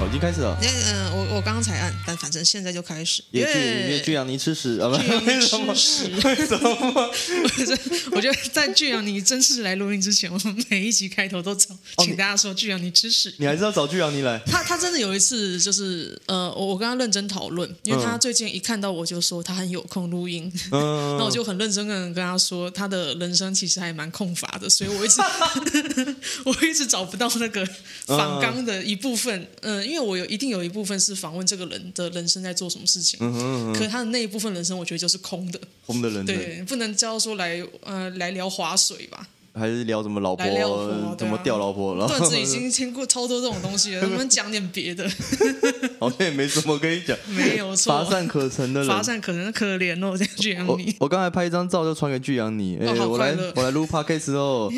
哦，已经开始了。那嗯、我我刚刚才按，但反正现在就开始。野耶剧野剧阳，你吃屎啊？不巨 是，阳为什么 你吃？屎！为什么？我觉得在巨阳你正式来录音之前，我们每一集开头都找，你请大家说巨阳你吃屎。你还是要找巨哦阳你来？他他真的有一次就是呃，我我跟他认真讨论，因为他最近一看到我就说他很有空录音，嗯， 那我就很认真跟跟他说，他的人生其实还蛮空乏的，所以我一直 我一直找不到那个嗯访纲的一部分。嗯、因为我有一定有一部分是访问这个人的人生在做什么事情，嗯哼嗯哼嗯可他的那一部分人生，我觉得就是空的。红的人类对，不能叫说来呃来聊划水吧，还是聊什么老婆来聊老婆对啊怎么钓老婆，然后段子已经听过超多这种 东西了，能不能讲点别的？好像也没什么可以讲，没有错，乏善可陈的人乏。善可能可怜哦，这样去养我你。我刚才拍一张照就传给巨阳你，哎、哦好我快来乐我来录 podcast 哦，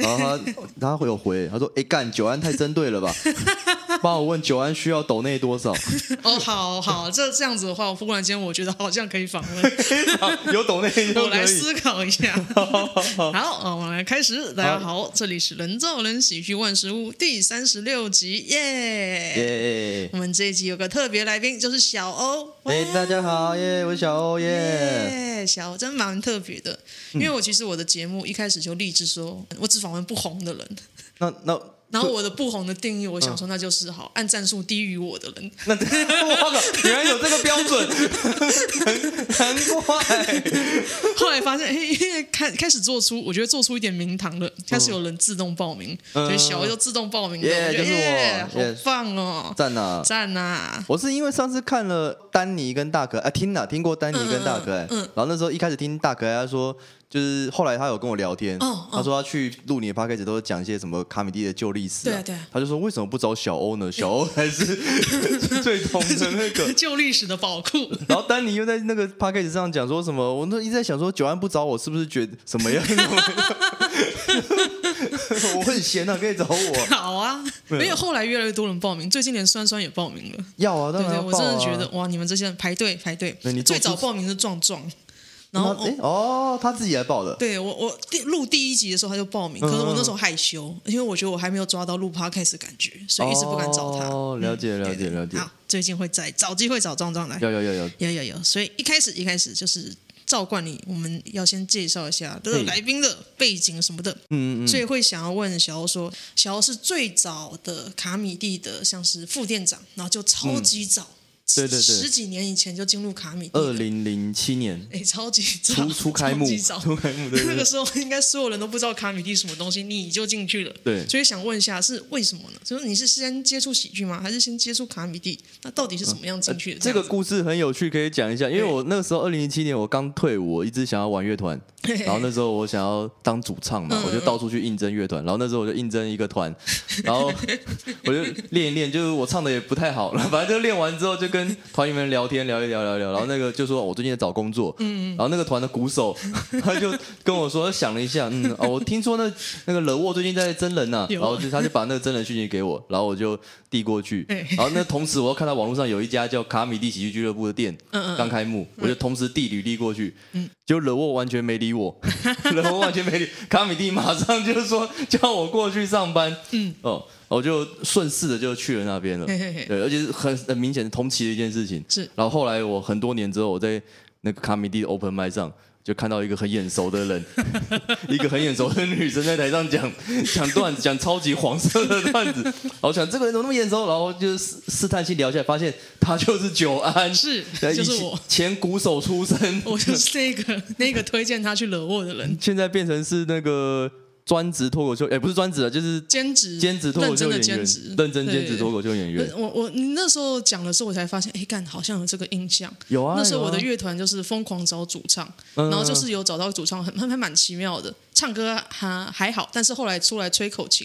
然后他他会有回，他说哎干九安太针对了吧，帮我问九安需要抖内多少， 哦，好好，这这样子的话，我忽然间我觉得好像可以访 问。有抖内就可以。我来思考 一下。好，呃我们来开始。大家好，这里是人造人喜剧万事屋第三十六集，耶！耶！我们这一集有个特别来宾，就是小欧。哎，大家好耶，我是小欧耶。耶小欧真蛮特别的，因为我其实我的节目一开始就立志说，我只访问不红的人。那那然后我的不红的定义，我想说那就是好，按战术低于我的人，嗯那我靠，原来有这个标准，难怪。 后来发现，嘿，因为开开始做出，我觉得做出一点名堂了，开始有人自动报名，嗯所以小 A 就自动报名了， Yeah，我觉得就是我耶，好 Yes 棒哦，赞呐！赞啊呐！我是因为上次看了丹尼跟大可爱，啊听了听过丹尼跟大可爱，哎嗯嗯然后那时候一开始听大可爱，他说就是后来他有跟我聊天，哦哦他说他去录你的 p o d c a s 都讲一些什么卡米蒂的旧历史、对啊对啊他就说为什么不找小欧呢？小欧才是 是最懂的那个。旧历史的宝库，然后丹尼又在那个 p a c k a g e 上讲说什么，我那一直在想说，九安不找我是不是觉得怎么样？ 我很闲啊，可以找我。好 啊！没有，后来越来越多人报名，最近连酸酸也报名了，要啊，当对不然对？要我报真啊。的觉得哇，你们这些人排队排队对你，做最出早报名是壮壮，然然后后哎哦哦，他自己来报的。对我我第录第一集的时候他就报名，嗯可是我那时候害羞，因为我觉得我还没有抓到录 podcast 的感觉，所以一直不敢找他。哦，了解了解对对了解。好，最近会再找机会找壮壮来。有有有有，有有有，所以一开始一开始就是照惯例，我们要先介绍一下这个嘿来宾的背景什么的，嗯嗯嗯，所以会想要问小欧说，小欧是最早的卡米蒂的，像是副店长，然后就超级早，嗯对对对十几年以前就进入卡米蒂的，二零零七年哎， 超级早，初初开幕，超级早。初开幕 对那对个对。时候应该所有人都不知道卡米蒂什么东西，你就进去了。对所以想问一下是为什么呢？就是你是先接触喜剧吗？还是先接触卡米蒂？那到底是怎么样进去的？嗯呃这个故事很有趣，可以讲一下。因为对我那个时候二零零七年我刚退伍，我一直想要玩乐 团，嘿嘿然后那时候我想要当主唱嗯嘛，我就到处去应征乐团。然后那时候我就应征一个 团，然后我就练一练，就是我唱的也不太好了， 反正就练完之后就跟团员们聊天，聊一聊，聊一聊。然后那个就说我最近在找工作，嗯然后那个团的鼓手 他就跟我说想了一下，嗯，哦，我听说那那个惹沃最近在真人啊呐、 有然后就他就把那个真人讯息给我，然后我就递过去对，然后那同时我又看到网络上有一家叫卡米蒂喜剧俱乐部的店嗯刚开幕，我就同时递履历过去，就惹沃完全没理 我，惹沃完全没理，卡米蒂马上就说叫我过去上班，嗯，哦，我就顺势的就去了那边了，嘿嘿嘿对，而且是很很明显同期的一件事情，是然后后来我很多年之后，我在那个卡米蒂 open mic 上。就看到一个很眼熟的 人，一个很眼熟的女生在台上讲讲段子，讲超级黄色的段子。然后想这个人怎么那么眼熟，然后就是试试探性聊起来，发现他就是久安，是 对 就是以前我 前鼓手出身，我就是那个那个推荐他去惹我的人，现在变成是那个专职脱口秀，哎，不是专职了，就是兼职兼职脱口认真秀的演员兼职，，认真兼职脱口口秀演员。我我你那时候讲的时候，我才发现，哎，干好像有这个印象。有啊，那时候我的有啊乐团就是疯狂找主唱，嗯然后就是有找到主唱，很还还蛮奇妙的，唱歌还还好，但是后来出来吹口琴，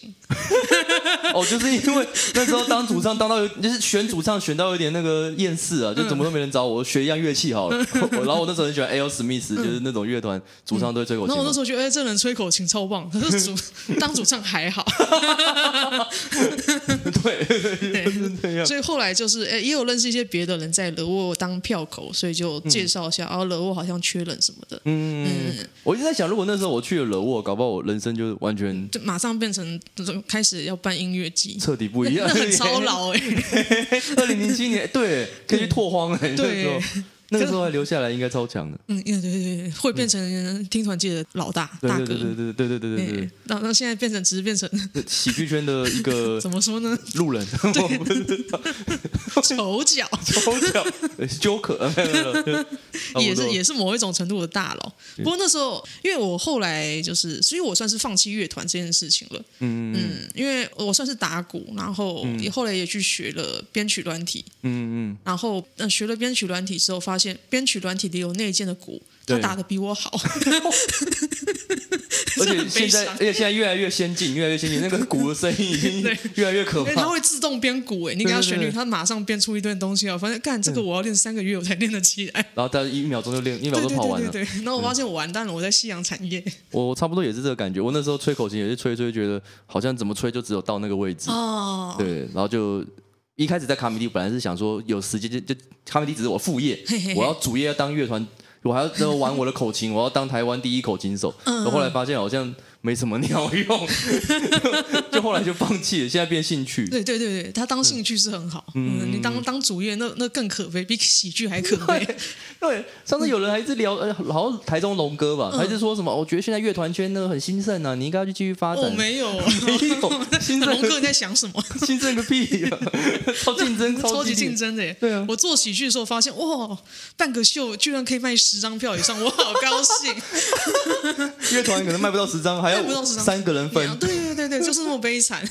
哦，就是因 为那时候当主唱当到有，就是选主唱选到有点那个厌世啊，就嗯怎么都没人找我，我学一样乐器好 了。我嗯然后我那时候很喜欢 A.O. Smith，就是那种乐团主唱都会吹口然后琴我那嘛时。候觉得，哎，这人吹口琴超棒，可是就是主 当主唱 还好， 对， 就是这样。所以后来就是诶也有认识一些别的人在勒沃当票口，所以就介绍一下，然后勒沃好像缺人什么的，嗯，我一直在想，如果那时候我去了惹沃，搞不好我人生就完全就马上变成开始要办音乐季，彻底不一样。那很操劳哎、 二零零七年，对，可以去拓荒哎、那对时 候那个时候还留下来，应该超强的。嗯，对对对，会变成听团界的老大、对大对哥对。对对对对对对对嗯，那那现在变成只是变成对，喜剧圈的一个 怎么说呢？路人， 我不知道，丑角超 强呃，Joker，呃没有没有没有就是差不多也是也是某一种程度的大佬。不过那时候，因为我后来就是，所以我算是放弃乐团这件事情了。嗯嗯嗯，因为我算是打鼓，然后也后来也去学了编曲软体，嗯然后呃学了编曲软体之后，发现编曲软体里有内建的鼓，他对打的比 我好，嗯，而 这且很现悲在伤而且现在越来越先进，越来越先进，那个鼓的声音已经 对越来越可因为他怕。会自动编鼓哎，你给他对对旋律，对他马上编出一段东西啊。反正干这个我要练三个月我才练得起来。 然后大家一秒钟就练，一秒对钟对跑完对了嗯对。对，然后我发现我完蛋了，我在夕阳产业我我差不多也是这个感觉。我那时候吹口琴也是吹一吹，觉得好像怎么吹就只有到那个位置。哦，对，然后就一开始在卡米蒂，本来是想说有时间就就卡米蒂只是我副业，嘿嘿嘿我要主业要当乐团，我还要那个玩我的口琴，我要当台湾第一口琴手。 嗯我后来发现好像没什么鸟用， 就后来就放弃了，现在变兴趣。对对对对，他当兴趣是很好，嗯，你当当主业那那更可悲，比喜剧还可悲。 对，上次有人还一直聊，呃，好像台中龙哥吧，嗯还是说什么？我觉得现在乐团圈呢很兴盛啊，你应该要去继续发展。我哦没 有，啊没 有，兴盛龙哥你在想什么？竞争个屁呀、 超竞争， 超级竞争。争的耶！对啊我做喜剧的时候发现，哇，办个秀居然可以卖十张票以上，我好高兴。乐团可能卖不到十张，还卖不到要十张三个人对啊分。对对对对，就是那么悲惨，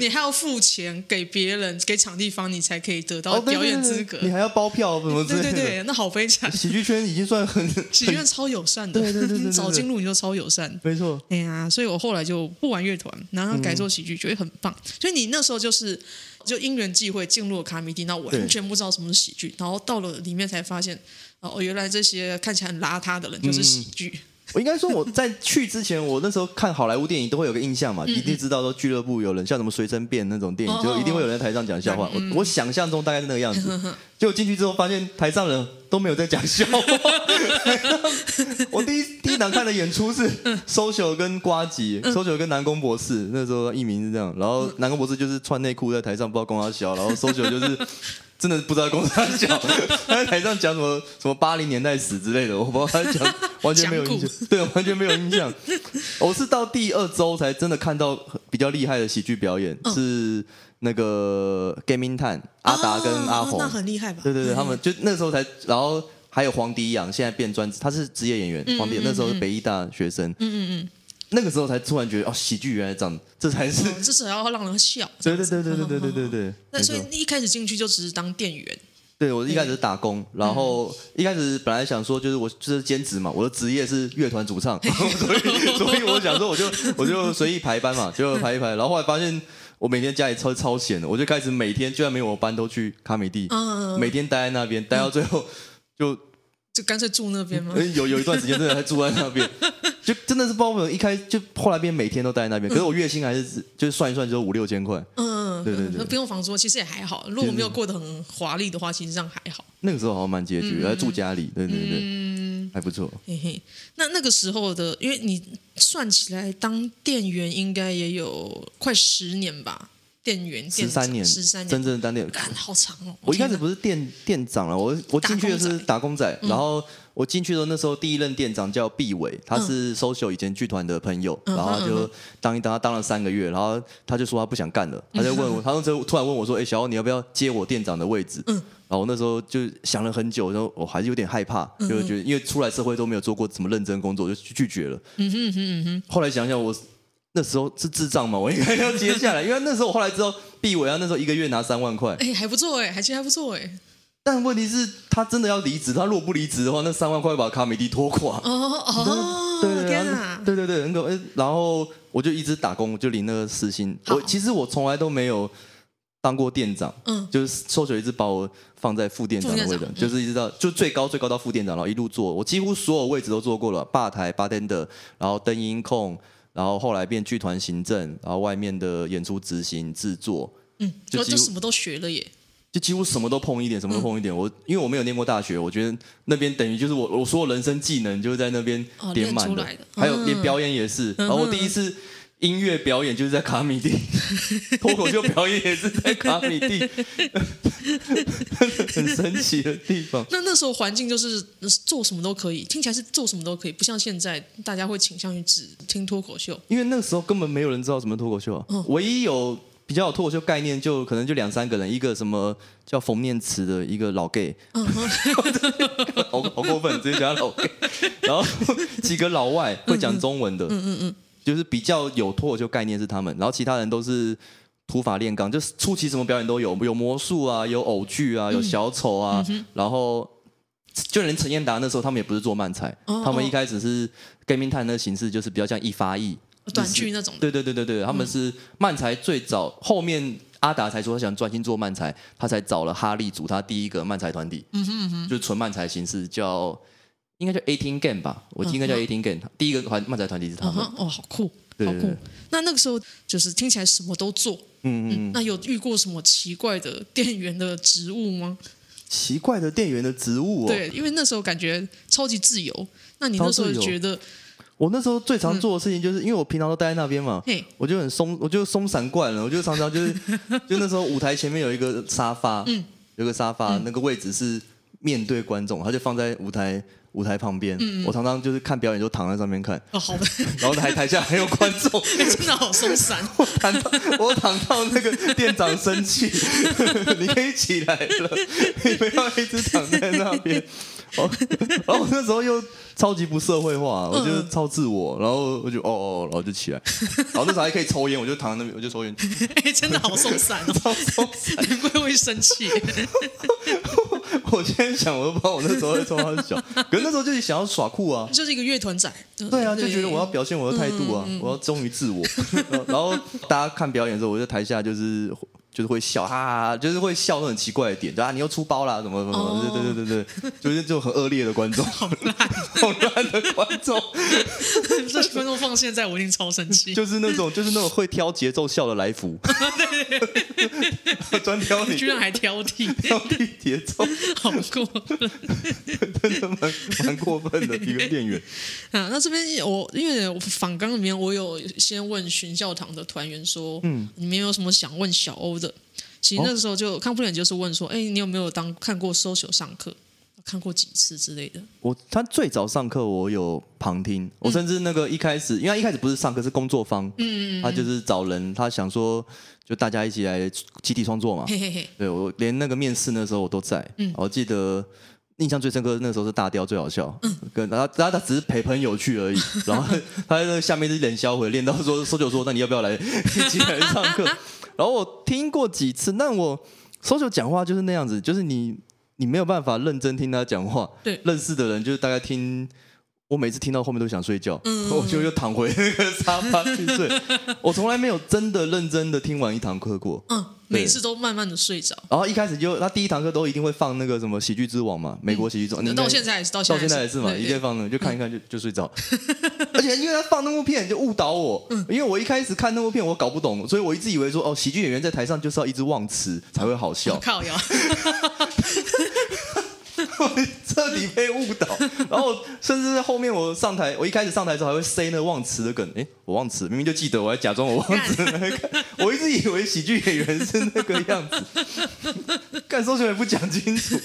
你还要付钱给别人、给场地方，你才可以得到哦，对对表演对资对格。你还要包票什么之类对的。对对，那好悲惨。喜剧圈已经算很， 喜剧院超友善的，对对对对对对你早进入你就超友善。没错，哎呀，所以我后来就不玩乐团，然后改做喜剧，觉得很棒。所以你那时候就是就因缘际会进入了卡米蒂，那完全不知道什么是喜剧，然后到了里面才发现，哦，原来这些看起来很邋遢的人就是嗯喜剧。我应该说我在去之前，我那时候看好莱坞电影都会有个印象嘛，一定知道说俱乐部有人像什么随身变那种电嗯哦嗯影，就一定会有人在台上讲笑话。我我想象中大概是那个样 子，结果进去之后发现台上人都没有在讲笑话。我第一 第一档看的演出是嗯 social 跟瓜吉，social 跟南宫博士，那时候艺名是这样，然后嗯南宫博士就是穿内裤在台上不知道公他笑，然后 social 就是。真的不知道公他笑，他在台上讲什么什么八零年代史之类的，我不知道他讲，完全没有印象讲，对，完全没有印 象。我是到第二周才真的看到比较厉害的喜剧表演，嗯是那个 Gaming Tan 阿达跟阿啊红，那很厉害吧？对对对，他们就那时候才，然后还有黄迪阳，现在变专职，他是职业演员。黄迪那时候是北医大学生，嗯嗯嗯，那个时候才突然觉得哦，喜剧原来长这才是，哦，至哦少要让人笑。 对对对对对对对对对，那没所错以。你一开始进去就只是当店员，对我一开始是打嗯工，然后一开始本来想说就是我就是兼职嘛，我的职业是乐团主唱， 所以所以我想说我就我就随意排班嘛，就排一排，然后后来发现。我每天家里超超闲的，我就开始每天居然没有我班都去卡美蒂，嗯每天待在那边，待到最后就就干脆住那边吗？呃有有一段时间真的还住在那边，就真的是包括一开就后来变每天都待在那边，可是我月薪还是只就是算一算就五六千块，嗯，对对对那不用房租，其实也还好。如果没有过得很华丽的话，其实这样还好。那个时候好像蛮拮据，嗯还住家里，对对对，还不错。嘿嘿，那那个时候的，因为你算起来当店员应该也有快十年吧，店员十三年，十三真年，正的单店。干好长哦。我一开始天哪不是店店长了，我我进去的是打工嗯仔，然后我进去的那时候第一任店长叫毕伟，他是 social 以前剧团的朋友，嗯然后他嗯就当一当，他当了三个月，然后他就说他不想干了，嗯他就问我，他就突然问我说：“哎、小欧，你要不要接我店长的位置？”嗯然后我那时候就想了很久，然后我还是有点害怕，嗯就是觉得因为出来社会都没有做过什么认真工作，我就拒拒绝了。嗯后来想想我那时候是智障嘛，我应该要接下来，因为那时候我后来知道毕伟他啊那时候一个月拿三万块。哎、还不错哎、还其实还不错哎、但问题是，他真的要离职，他如果不离职的话，那三万块把卡米蒂拖垮。哦哦，对对对天然哪后，对对对，很可呃然后我就一直打工，就领那个时薪。好我其实我从来都没有当过店长，嗯就是收水一直把我放在副店长的副位店置长，嗯就是一直到就最高最高到副店长，然后一路做，我几乎所有位置都做过了，吧台、吧 e 的，然后灯音控。然后后来变剧团行政，然后外面的演出执行制作，嗯，就就几就乎什么都学了耶。就几乎什么都碰一点，嗯什么都碰一点。我因为我没有念过大学，我觉得那边等于就是我我所有人生技能就是在那边哦点满练出来的嗯还有连表演也是。然后我第一次音乐表演就是在卡米 蒂，脱口秀表演也是在卡米蒂， 很神奇的地方。那那时候环境就是做什么都可以，听起来是做什么都可以，不像现在大家会倾向于只听脱口秀。因为那个时候根本没有人知道什么脱口秀、啊，唯一有比较有脱口秀概念就可能就两三个人，一个什么叫冯念慈的一个老 gay，、好好过分，直接讲他老 gay，然后几个老外会讲中文的，嗯嗯嗯，就是比较有脱口秀概念是他们，然后其他人都是。土法炼钢，就是初期什么表演都有，有魔术啊，有偶剧啊，有小丑啊，然后就连陈彦达那时候他们也不是做漫才，哦他们哦一开始是 gay 面探那个形式，就是比较像一发一，短剧那种的，对对对对对，他们是漫才最早，后面阿达才说他想专心做漫才，他才找了哈利组他第一个漫才团体，嗯哼哼，嗯就是纯漫才形式，叫应该叫 Eighteen Game 吧，我记得应该叫 Eighteen Game，、第一个团漫才团体是他嗯们，哼，哦，好酷，对好对酷对。那那个时候就是听起来什么都做，嗯嗯嗯，嗯，那有遇过什么奇怪的店员的职务吗？奇怪的店员的职务哦，对，因为那时候感觉超级自由。那你那时候超自由觉得，我那时候最常做的事情就是，因为我平常都待在那边嘛嘿，我就很松，我就松散惯了，我就常常就是， 就那时候舞台前面有一个沙发，有个沙发，那个位置是面对观众，他就放在舞台舞台旁边，我常常就是看表演就躺在上面看，哦，好的，然后台台下还有观众，真的好松散。 我躺到我躺到那个店长生气， 你可以起来了， 你不要一直躺在那边。哦， 然后我那时候又超级不社会化，我就超自我，然后我就哦哦，然后就起来，然后那时候还可以抽烟，我就躺在那边，我就抽烟， 哎，真的好松散哦，超超，难怪会生气。我今天想，我都不知道我那时候在抽多小，可是那时候就是想要耍酷啊，就是一个乐团仔，对啊，就觉得我要表现我的态度啊，嗯我要忠于自我。 然后大家看表演的时候，我在台下就是就是会笑，哈哈哈，就是会笑那种很奇怪的点，就啊你又出包啦，什么什么什么，哦对对对 对对，就是就很恶劣的观众，好烂烂的观 众，这观众放现在，我一定超生气。就是那种就是那种会挑节奏笑的来 福，专挑你居然还挑剔，挑剔节奏，好过分真的蛮蛮过分的一个店员。 啊！那这边我因为我访纲里面，我有先问巡教堂的团员说，嗯，你们有什么想问小欧的？其实那个时候就康普脸就是问说，哎、你有没有当看过 social 上课？看过几次之类的，我他最早上课我有旁听，我甚至那个一开始，因为他一开始不是上课是工作坊，嗯，他就是找人，他想说就大家一起来集体创作嘛，嘿嘿嘿，对我连那个面试那时候我都在，嗯我记得印象最深刻那时候是大雕最好笑，嗯跟然后他他只是陪朋友去而 已，然后他在那下面是冷销毁，练到说搜九说那你要不要来 一起来上课？然后我听过几次，但我搜九讲话就是那样子，就是你你没有办法认真听他讲话，对认识的人就是大概听。我每次听到后面都想睡觉，嗯我就又躺回那个沙发去睡。 我从来没有真的认真的听完一堂课过，嗯，对每次都慢慢的睡着，然后一开始就他第一堂课都一定会放那个什么喜剧之王嘛，美国喜剧之哦王，你应该嗯到现在也是，到到现现在也是嘛，对嗯一定放的就看一看就就睡 着。而且因为他放那部片就误导我，嗯因为我一开始看那部片我搞不懂，所以我一直以为说哦，喜剧演员在台上就是要一直忘词才会好笑， 靠腰，彻底被误 导。然后甚至后面我上台，我一开始上台的时候还会塞那忘词的梗，诶，我忘词，明明就记得，我还假装我忘词。我一直以为喜剧演员是那个样子， 干说起来不讲清楚，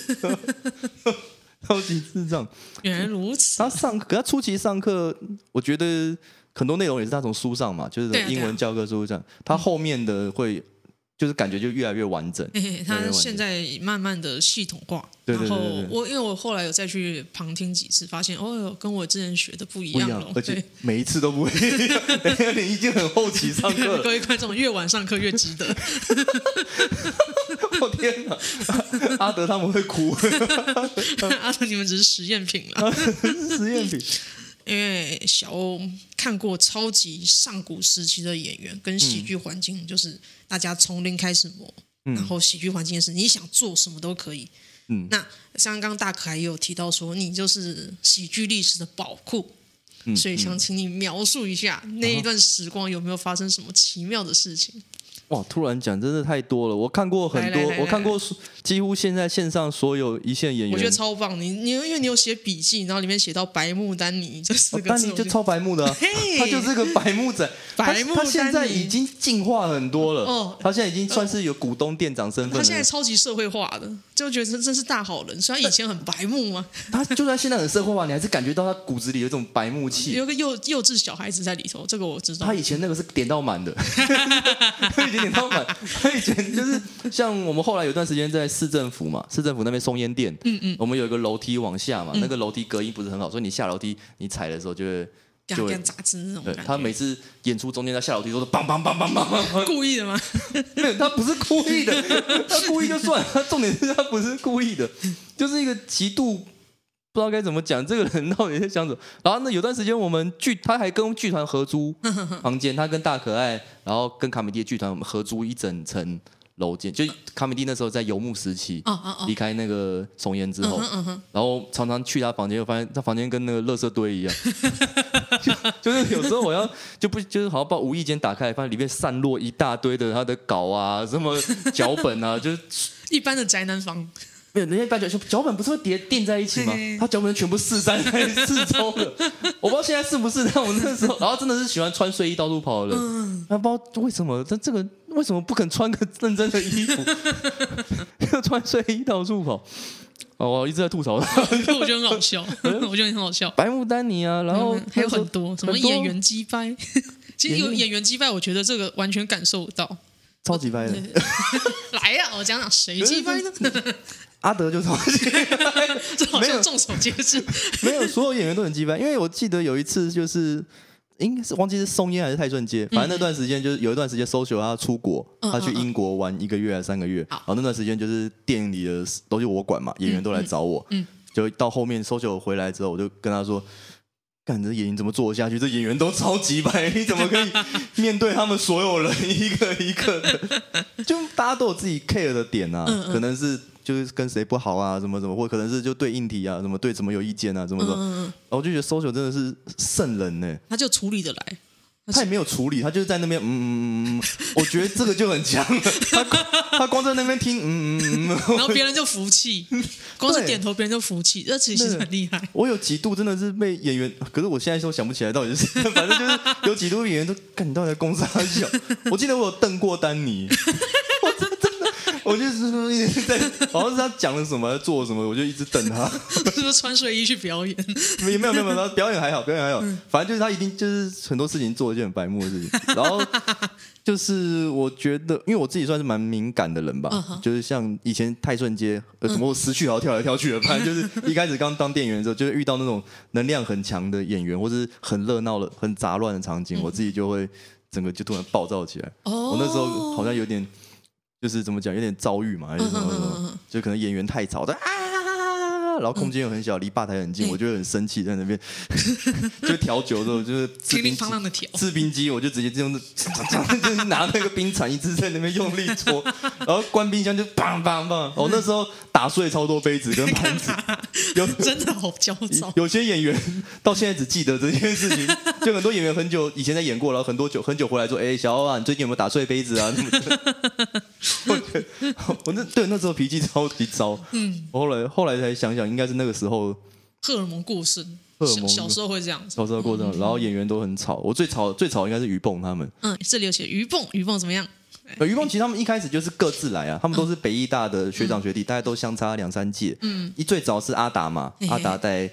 超级智障。原来如此，他上，可他初期上课，我觉得很多内容也是他从书上嘛，就是对啊对啊英文教科书上，他后面的会就是感觉就越来越完整。嘿嘿，没他问题现在慢慢的系统化，对对对然后对对我因为我后来有再去旁听几次，发现哦哟，跟我之前学的不一不一样样了，，而且每一次都不一 样。你已经很后期上课对。了各，位观众，越晚上课越值 得。我哦天哪， 阿阿德他们会 哭，嗯阿德，你们只是实验品了。实验品。因为小欧看过超级上古时期的演员跟喜剧环境，就是大家从零开始磨，然后喜剧环境也是你想做什么都可以。嗯那像刚刚大可还有提到说，你就是喜剧历史的宝库。嗯所以想请你描述一下那一段时光有没有发生什么奇妙的事情？哇，突然讲真的太多了，我看过很来多，来来来我看过几乎现在线上所有一线演员，我觉得超棒，你你因为你有写笔记，然后里面写到白木丹尼这四哦个丹字，尼我就觉得超白目的啊、嘿他就是个白目仔，他白目他现在丹尼已经进化很多了，哦他现在已经算是有股东店长身份了。他现在超级社会化的，就觉得真真是大好人。虽然以前很白目嘛，他就算现在很社会化，你还是感觉到他骨子里有一种白目气。有个幼幼稚小孩子在里头，这个我知道他。以前那个是点到满的，他以前点到满，他以前就是像我们后来有段时间在市政府嘛，市政府那边松烟店，嗯嗯，我们有一个楼梯往下嘛，那个楼梯隔音不是很好，所以你下楼梯你踩的时候就会，干就干杂志那种对感觉，他每次演出中间在下楼梯都是梆梆梆梆梆梆梆，故意的吗？没有，他不是故意 的，他故意就算，他重点是他不是故意的，就是一个极度不知道该怎么讲，这个人到底在想什么。然后呢，有段时间我们剧，他还跟剧团合 租房间，他跟大可爱，然后跟卡米蒂的剧团我们合租一整层楼间，就卡米蒂那时候在游牧时期。哦哦哦，离开那个松烟之后，嗯嗯哼，然后常常去他房间，又发现他房间跟那个垃圾堆一样，就就是有时候我要就不就是好像把无意间打开，发现里面散落一大堆的他的稿啊，什么脚本啊，就是一般的宅男 房，没有人家一般脚脚本不是会叠垫在一起吗对？他脚本全部四散在四周了，我不知道现在是不是，但我那时候，然后真的是喜欢穿睡衣到处跑的人，他不知道为什么，他这个为什么不肯穿个认真的衣服， 就穿睡衣到处跑。哦，我一直在吐槽他。我觉得很好笑，我觉得很好笑。白牡丹尼嗯啊，然后嗯还有那时候很多什么很多演员击败， 其实有演员演员击败，我觉得这个完全感受到。超级白的， 来呀，我讲讲谁击败 呢？ 阿德就超级这好没像有众所皆知。 没有，所有演员都很鸡掰。因为我记得有一次就是。应该是忘记是松烟还是泰顺街，反正那段时间就是有一段时间搜 o 他出国，嗯他去英国玩一个月还是三个月，好然后那段时间就是店里的都是我管嘛，演员都来找我，嗯就到后面搜 o 回来之后，我就跟他说：“干，这演员怎么做得下去？这演员都超级白，你怎么可以面对他们所有人 一个一个的？就大家都有自己 care 的点啊，嗯嗯可能是就是跟谁不好啊，什么什么，或可能是就对硬体啊，什么对怎么有意见啊，怎么怎么。嗯，嗯然后我就觉得 social 真的是圣人呢、他就处理的来， 他也没有处理，他就是在那边嗯嗯嗯嗯，嗯我觉得这个就很强了。他光他光在那边听嗯嗯嗯嗯，然后别人就服气，光是对点头别人就服气，这其实很厉害。我有几度真的是被演员，可是我现在都想不起来到底是， 反正就是有几度演员都干你到底在公司他笑。我记得我有瞪过丹尼， 我真真的，我就是说一直在，好像是他讲了什么做什么，我就一直瞪他。 是不是穿睡衣去表演？ 没有没有没有，他表演还好，表演还嗯好，反正就是他一定就是很多事情做一件很白目的事情，然 后就是我觉得，因为我自己算是蛮敏感的人吧嗯哼嗯就是像以前泰顺街呃什么我失去，然后跳来跳去的，反正就是一开始刚当店员的时候，就是遇到那种能量很强的演员，或是很热闹的、很杂乱的场嗯景，我自己就会整个就突然暴躁起来。哦我那时候好像有点。就是怎么讲，有点躁郁嘛，还是什么什嗯嗯嗯嗯么，就可能演员太吵，但啊，然后空间又很小，离吧台很近，嗯我就会很生气，在那边 就调酒的时候，就是制冰乒铃机乓啷的调，制冰机，我就直接用就是拿那个冰铲一直在那边用力搓，然后关冰箱就砰砰砰，我、那时候打碎超多杯子跟盘子， 有真的好焦躁。 有些演员到现在只记得这件事情，就很多演员很久以前在演过，然后很多久很久回来说：“哎、小欧啊，你最近有没有打碎杯子啊？”什么的我觉得我那对那时候脾气超级糟，嗯，后来后来才想想，应该是那个时候荷尔蒙过剩，荷尔小蒙哦小时候会这样子。小时候过这样，然后演员都很吵，我最吵最吵应该是于蹦他们，嗯，这里有写鱼蹦，鱼蹦怎么样？呃于蹦其实他们一开始就是各自来啊，他们都是北艺大的学嗯长学弟，大概都相差两三届，嗯，一最早是阿达嘛嘿，嘿阿达带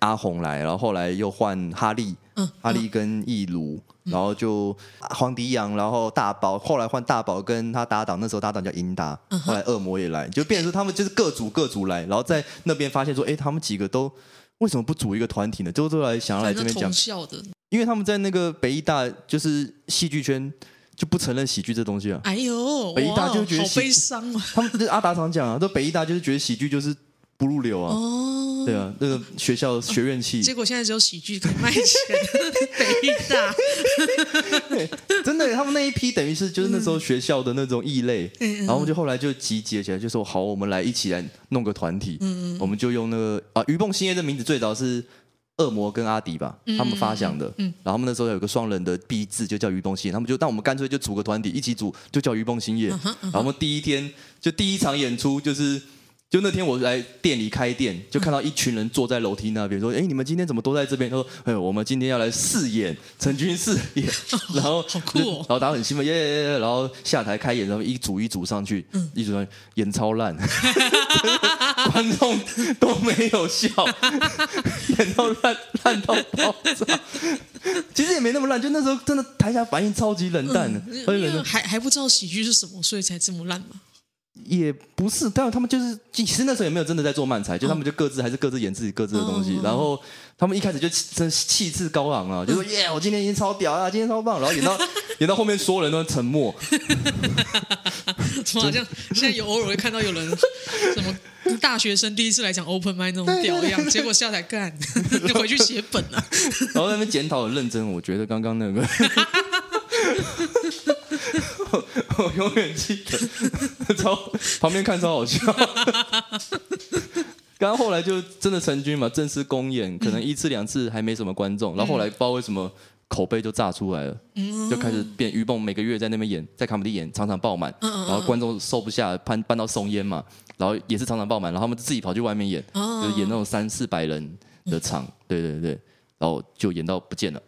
阿红来，然后后来又换哈利。嗯，哈利跟易如，然后就黄迪阳，然后大宝，后来换大宝跟他搭档，那时候搭档叫英达，嗯后来恶魔也来，就变成说他们就是各组各组来，然后在那边发现说，哎，他们几个都为什么不组一个团体呢？就都来想要来反这正边讲同，校的。因为他们在那个北艺大就是戏剧圈就不承认喜剧这东西啊，哎呦，北大哇就觉得好喜悲伤 啊！他们就是阿达常讲啊，都北艺大就是觉得喜剧就是不入流啊，哦，对啊，那个学校学院气，结果现在只有喜剧可以卖钱， 北大。真的，他们那一批等于是就是那时候学校的那种异类，然后我们就后来就集结起来，就说好，我们来一起来弄个团体。我们就用那个啊，于蹦新业这名字最早是恶魔跟阿迪吧，他们发想的。嗯然后他们那时候有个双人的 B 字，就叫愚公新业。他们就，那我们干脆就组个团体一起组，就叫愚公新嗯业。然后我们第一天就第一场演出就是。就那天我来店里开店，就看到一群人坐在楼梯那边，说：“哎、你们今天怎么都在这边？”他说：“哎呦，我们今天要来试演陈军试 演。”然后好酷哦然后大家很兴奋，耶耶耶！然后下台开演，然后一组一组上去，嗯一组上去演超烂， 观众都没有笑，演到烂烂到爆炸。其实也没那么烂， 就那时候真的台下反应超级冷淡的，而且嗯因冷为淡还还不知道喜剧是什么，所以才这么烂 嘛。也不是，但他们就是其实那时候也没有真的在做漫才，就他们就各自还是各自演自己各自的东西，然后他们一开始就气真气势高昂啊，就说耶，我今天已经超屌啊，今天超棒，然后演到演到后面所有人都沉默，怎么好像现在有偶尔会看到有人 什么大学生第一次来讲 open m i d 那种屌样，结果下来干， 就回去写本啊。然后在那边检讨很认真，我觉得刚刚那个我，我永远记得，超旁边看超好笑。刚刚后来就真的成军嘛，正式公演，可能一次两次还没什么观众，然后后来不知道为什么口碑就炸出来了，嗯就开始变鱼蹦每个月在那边演，在卡姆蒂演，常常爆满，嗯然后观众受不下，搬搬到松烟嘛，然后也是常常爆满，然后他们自己跑去外面演，哦就是演那种三四百人的场，嗯对对对，然后就演到不见 了，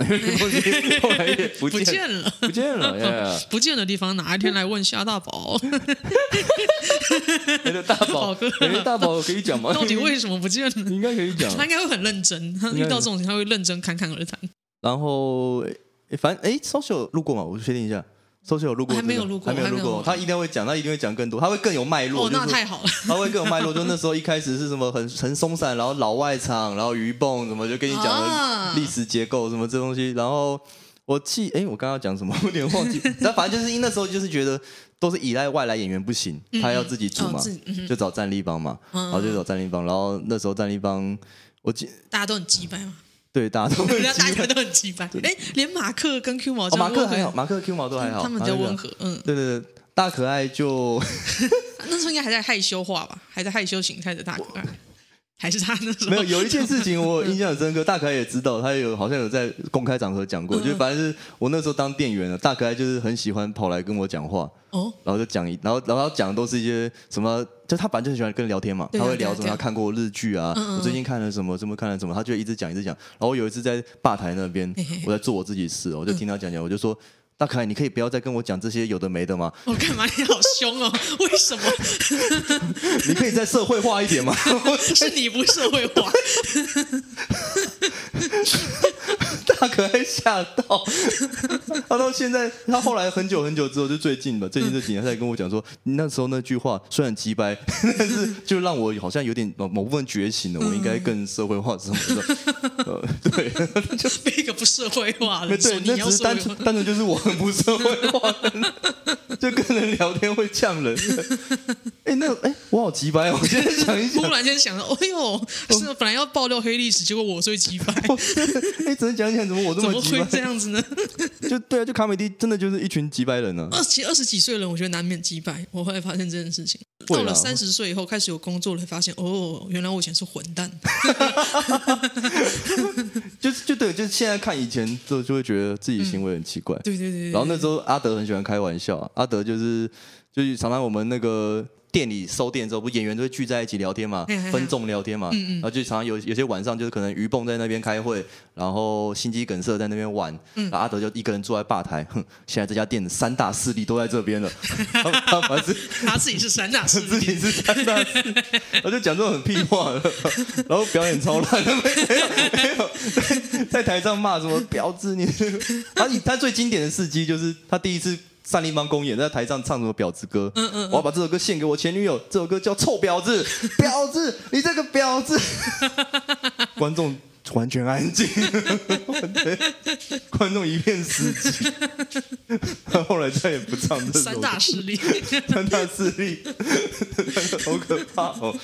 后来也 不不见了，见了，不见了，呀， 不见的地方，哪一天来问夏大宝， 那个大宝，那个大宝可以讲吗？到底为什么不见呢？你 应该可以讲，他应该会很认真，他遇到这种情况会认真侃侃而谈。然后诶反正哎，social 有录过吗？我确定一下，social 有录过这个、还没有录过还没有录还没有过。他一定会讲，他一定会讲更多，他会更有脉络。哦，那就是太好了，他会更有脉络，就那时候一开始是什么很很松散，然后老外场，然后鱼蹦什么，就跟你讲啊的历史结构什么这东西。然后我记，哎，我刚刚讲什么，我有点忘 记。但反正就是因那时候就是觉得都是依赖外来演员不行，他要自己组哦嘛自己嗯，嗯就找战力帮嘛，然后就找战力帮。然后那时候战力帮，我记大家都很鸡掰嘛， 对大 家都会人家大记家得都很鸡掰。哎，连马克跟 Q 毛哦，这样马克问还好，马克 Q 毛都还好，他们比马较克比温和，嗯，对对对，大可爱就那时候应该还在害羞化吧，还在害羞形态的大可爱，还是他那时候 没有有一件事情我印象很深刻，大可爱也知道，他有好像有在公开场合讲嗯过，就反正是我那时候当店员了，大可爱就是很喜欢跑来跟我讲话，哦，然后就讲一，然后然后他讲的都是一些什么，就他本来就很喜欢跟人聊天嘛，对啊他会聊对啊什么对啊他嗯看过日剧啊，我最近看了什么，什么看了什么，他就一直讲一直讲。然后我有一次在吧台那边嘿嘿，我在做我自己事哦，我就听他讲讲，我就说。大可爱，你可以不要再跟我讲这些有的没的 吗？我哦干嘛？你好凶 哦，为什么？你可以再社会化一点吗？是你不社会 化，大可爱吓 到，他到现在，他后来很久很久之后，就最近吧，最嗯近这几年他才跟我讲说，你那时候那句话虽然鸡掰， 但是就让我好像有点某某部分觉醒嗯了，我应该更社会化什么的。呃，对， 被一个不社会化的人说对，你那要只是社会单纯化，单纯就是我很不社会化， 就跟人聊天会呛 人。哎，那哎，我好鸡掰哦，我现在想一想忽，然间想到，哎呦，是本来要爆料黑历史，结果我最 鸡掰，哎，怎么讲讲怎么我这怎么么鸡会这掰？样子呢？ 就对啊，就卡美蒂真的就是一群鸡掰人啊。二十二十几岁的人，我觉得难免击败。我后来发现这件事情，会啊到了啦三十岁以后开始有工作了，发现哦，原来我以前是混 蛋。就是就对，就是现在看以前就就会觉得自己行为很奇怪。对对对对然后那时候阿德很喜欢开玩笑、啊阿德就是就是常常我们那个店里收店之后，不演员都会聚在一起聊天嘛嘿嘿嗯嘿，分众聊天嘛，然后就常常有有些晚上就是可能鱼蹦在那边开会，然后心肌梗塞在那边玩，嗯然后阿德就一个人坐在吧台，哼，现在这家店的三大势力都在这 边了，他他反正是他自己是三大势 自力，己是三大四，然后就讲这种很屁话的，然后表演超烂的，没有没有，在台上骂什么婊子你，他他最经典的事迹就是他第一次。善立方公演在台上唱什么婊子歌？嗯嗯，我要把这首歌献给我前女友。这首歌叫《臭婊子》，婊子，你这个婊 子！观众完全安静，对观众一片死寂。 他后来再也不唱这首歌。三大 势力，三大势力， 好可怕哦！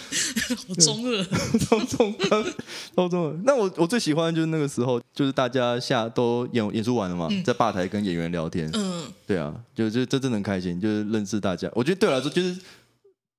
好中二。超重的，超重的。那我我最喜欢就是那个时候，就是大家下都演演出完了嘛，在吧台跟演员聊天，嗯，对啊，就就这真的很开心，就是认识大家。我觉得对我来说，就是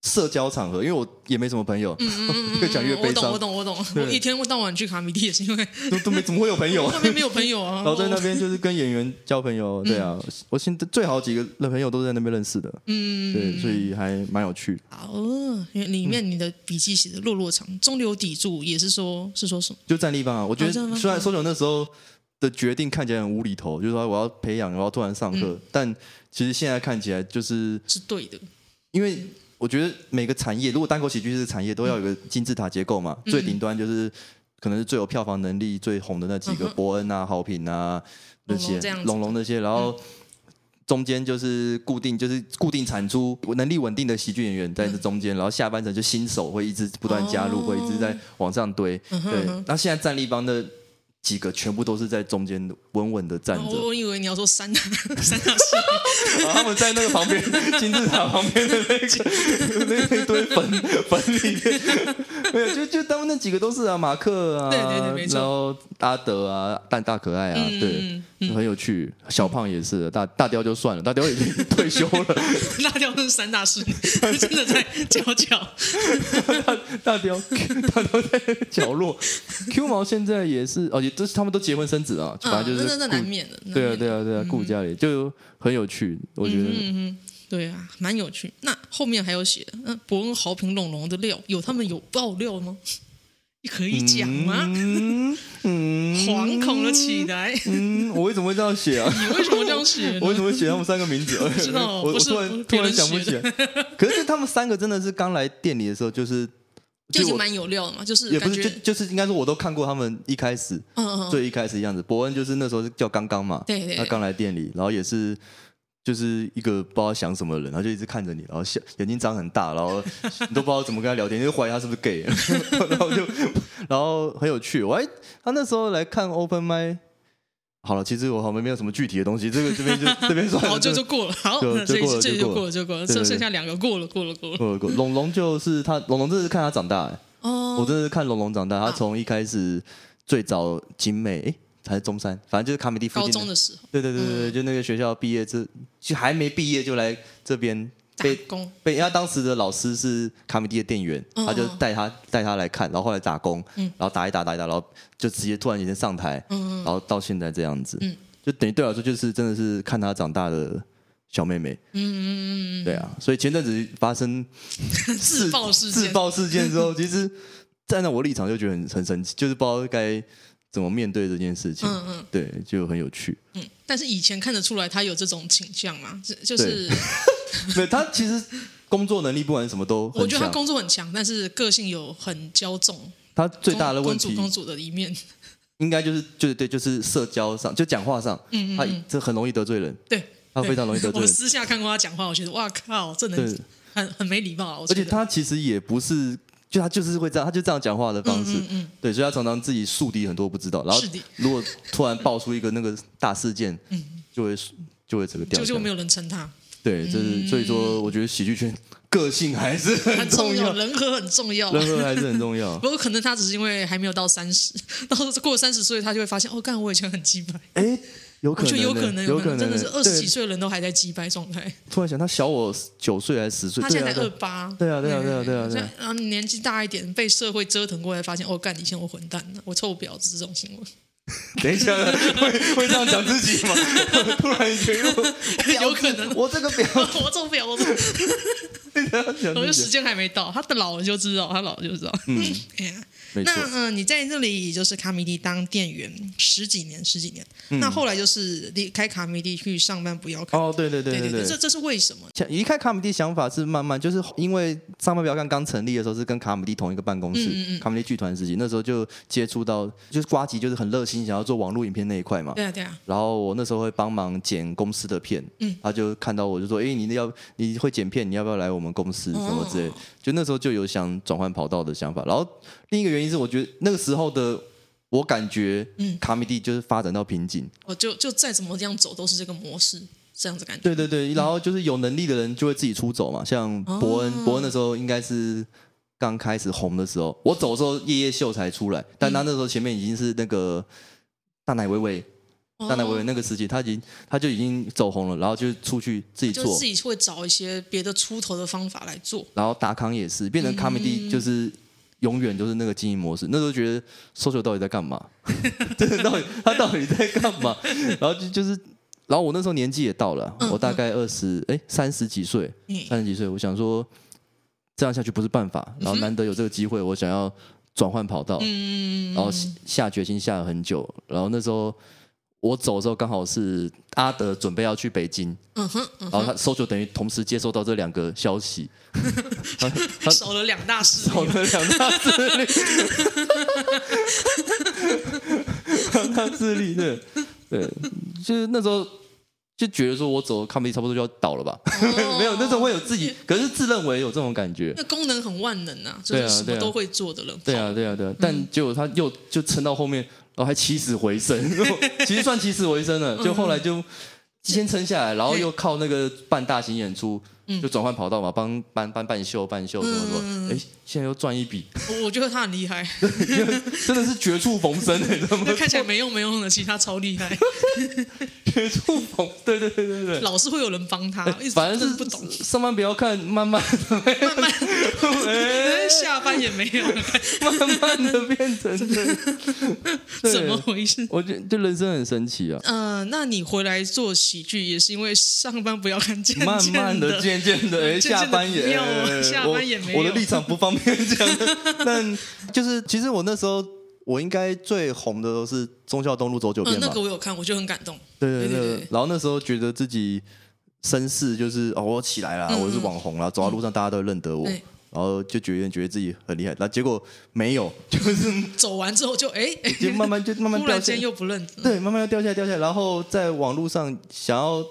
社交场合，因为我也没什么朋友，嗯又 讲越我悲懂，伤我，懂，我懂。对我一天到晚去卡米蒂也是因为都都没怎么会有朋友啊那边没有朋友啊。 然后在那边就是跟演员交朋友，对啊，我现在最好几个朋友都是在那边认识的，嗯，对，所以还蛮有趣。好哦，因为里面你的笔记写的落落长，中流砥柱也是说是说什么？就战立方啊，我觉哦战立得方虽然搜九那时候的决定看起来很无厘头，就是说我要培养，我要突然上课，但其实现在看起来就是是对的，因为我觉得每个产业，如果单口喜剧是产业，都要有个金字塔结构嘛，嗯最顶端就是可能是最有票房能力、最红的那几个，嗯哼伯恩啊、好评啊那龙些龙这样子，嗯的龙龙那些，然后。中间就是固定，就是固定产出，能力稳定的喜剧演员在嗯这中间，然后下半程就新手会一直不断加入，哦会一直在往上堆。嗯哼对嗯哼，那现在战力帮的几个全部都是在中间稳稳的站哦着，我我以为你要说三大 三大系，然哦后他们在那个旁 边金字塔旁边的那个那那一堆粉粉里面，没有，就就他们那几个都是啊，马克啊，对对对没错然后阿德啊，蛋大可爱啊，嗯对嗯。很有趣，小胖也是，啊大大雕就算了，大雕已经退休 了，那掉是三大系， 真的在搅搅。大雕大雕在角落，Q 毛现在也是，哦，也都是他们都结婚生子啊，反嗯，正就那是那那顾难免嗯的。对难啊免对啊对啊，顾家里就很有趣，我觉得嗯哼，对啊，蛮有趣。那后面还有写的，那伯恩豪平龙龙的料，有他们有爆料吗？ 你可以讲吗？嗯嗯，惶恐了起来，嗯，我为什么会这样写啊？ 你为什么这样写我为呢？什么会写他们三个名字？我知道 我不我是突不然是突别然人想不起写来。可是他们三个真的是刚来店里的时候，就是 就已经我蛮有料了嘛，就是也不感是觉就就是应该说我都看过他们一开始嗯嗯嗯，最一开始的样子。伯恩就是那时候是叫刚刚嘛，对对他对刚来店里，然后也是。就是一个不知道想什么的人，然后就一直看着你，然后笑眼睛张很大，然后你都不知道怎么跟他聊天，就怀疑他是不是 gay，然后就然后很有趣。我还他那时候来看 open m i 好了，其实我好像没有什么具体的东西，这个这边就这边算了， 好就这就过了，好，就那就这过了一这一就集过就过了了就过了，对对剩对剩下两个过了过了过了。个个龙龙就是他，龙龙真的是看他长大、欸我哦，真的是看龙龙长大。他啊从一开始最早景美，诶，还是中山，反正就是卡米蒂附高近中的时候对对对对对，就那个学校毕业这就还没毕业就来这边打被工，被他当时的老师是卡米蒂的店员，嗯他就嗯带他带他来看，然后后来打工，嗯然后打一打打一打，然后就直接突然间上台，嗯然后到现在这样子，嗯就等于对我来说就是真的是看他长大的小妹妹，嗯嗯嗯嗯对啊，所以前阵子发生嗯， 自爆事自件，爆事件之后， 其实站在我立场就觉得很很神奇，就是不知道该怎么面对这件事情，嗯嗯。对，就很有趣。嗯，但是以前看得出来他有这种倾向嘛，就就是 对他其实工作能力不管什么都我很觉得他强，工作很强，但是个性有很骄纵，他最大的问公主公题主的一面， 应该就是就是对就是社交上就讲话上，嗯嗯他嗯，这很容易得罪人，对，他对非常容易得罪我人。私下看过他讲话，我觉得哇靠，这对人，很很没礼貌啊，我而觉得且他其实也不是，就他就是会这样，他就这样讲话的方式，嗯嗯嗯对，所以他常常自己树敌很多不知道，然后是的如果突然爆出一个那个大事件，就会就会整个掉嗯就下就没来。有人称他，对，就是所以说，我觉得喜剧圈个性还是很很重重要要，，人和很重要。人和还是很重 要。不过可能他只是因为还没有到三十， 到过了三十岁，他就会发现哦，干我以前很鸡掰，哎，有我可觉得能，有可能，有可能真的是对二十几岁的人都还在鸡掰状态。突然想，他小我九岁还是十岁？他对现啊在才对二啊八，嗯对啊对啊对啊对啊对啊像然后呃年纪大一点，被社会折腾过来，发现哦，干以前我混蛋了，我臭婊子这种行为，等一下，会会这样讲自 己吗？突然觉 得有可能我这个表我臭婊子，讲我就自时己，间还没到，他的老了就知道，他老了就知道。 嗯，哎呀没那错。嗯、呃你在这里就是卡米蒂当店员十几年，十几年，那后来就是离开卡米蒂去上班，不要看。嗯哦，对对对对对对，这对。这是为什么？想一看卡米蒂想法是慢慢，就是因为上班表干刚成立的时候是跟卡米蒂同一个办公室，嗯嗯嗯卡米蒂剧团时期，那时候就接触到，就是瓜吉就是很热心想要做网络影片那一块嘛。对啊对啊，然后我那时候会帮忙剪公司的片，嗯他就看到我就说，哎、你要你会剪片，你要不要来我们公司哦什么之类的就那时候就有想转换跑道的想法。然后另一个原因是，我觉得那个时候的我感觉，嗯卡米蒂就是发展到瓶颈，我哦就就再怎么样走都是这个模式，这样子感觉。对对对，然后就是有能力的人就会自己出走嘛，像伯恩，哦伯恩那时候应该是刚开始红的时候，我走的时候夜夜秀才出来，但他那时候前面已经是那个大奶微微哦大奶维那个时期，他已经他就已经走红了，然后就出去自己就做自，己会找一些别的出头的方法来做。然后达康也是变成嗯 comedy，就是永远就是那个经营模式。那时候觉得 social 到底在干嘛？ 真的到底他到底在干 嘛？然后就就是，然后我那时候年纪也到了，嗯我大概二十哎三十几岁，嗯三十几岁，我想说这样下去不是办法，然后难得有这个机会，我想要转换跑道，嗯，然后下下决心下了很久，然后那时候我走的时候刚好是阿德准备要去北京，嗯哼，嗯然后他 social 等于同时接收到这两个消息，然后他少了两大事。走了哦两大势力， 两大势力对对，就是那时候就觉得说我走 comedy 差不多就要倒了吧，哦 没有那时候会有自己，可是自认为有这种感觉。那功能很万能啊，就对是啊什对么啊都会做的人。对啊，对啊，对啊，嗯但结果他又就撑到后面，然后还起死回生， 其实算起死回生嗯了。就后来就先撑下来，然后又靠那个办大型演出，嗯就转换跑道嘛，帮办办办秀、办秀什么什么，哎，现在又赚一笔，我我觉得他很厉害，真的是绝处逢生， 你知道吗？那看起来没用没用的，其实他超厉害，绝处逢，对对对对对。老是会有人帮他，一直反真正的不懂，是上班不要看，慢 慢慢慢下班也没有，慢慢的变成这 样对怎么回事？我觉得这人生很神奇啊，呃，那你回来做喜剧也是因为上班不要看渐慢渐慢的的、渐渐的，哎，渐渐地下班也不要啊哎下班也没有我我的立场不方便讲， 但就是其实我那时候我应该最红的都是忠孝东路走九嗯遍，那吧个，我有看，我就很感动。对对对对对对。然后那时候觉得自己身世就是哦，我起来啦，嗯嗯嗯我是网红啦，走到路上大家都认得我，对然后就觉得觉得自己很厉害，那结果没有， 就是走完之后就哎，就慢慢就慢慢 忽掉然下间，又不认得，对，慢慢要掉下来掉下来，然后在网络上想要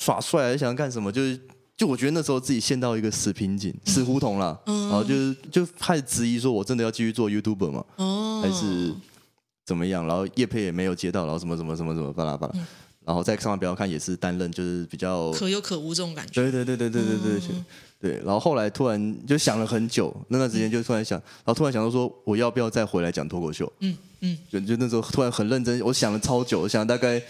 耍帅还是想要干什么，就是就我觉得那时候自己陷到一个死瓶颈、死胡同啦，然后就是就开始质疑说，我真的要继续做 YouTuber 吗？哦，还是怎么样？然后叶佩也没有接到，然后什么什么什么什么巴拉巴拉，然后在上班表看也是担任就是比较可有可无这种感觉。对对对对对对对对对，然后后来突然就想了很久，那段时间就突然想，然后突然想到说，我要不要再回来讲脱口秀？嗯嗯就就那时候突然很认真，我想了超久，我想了大概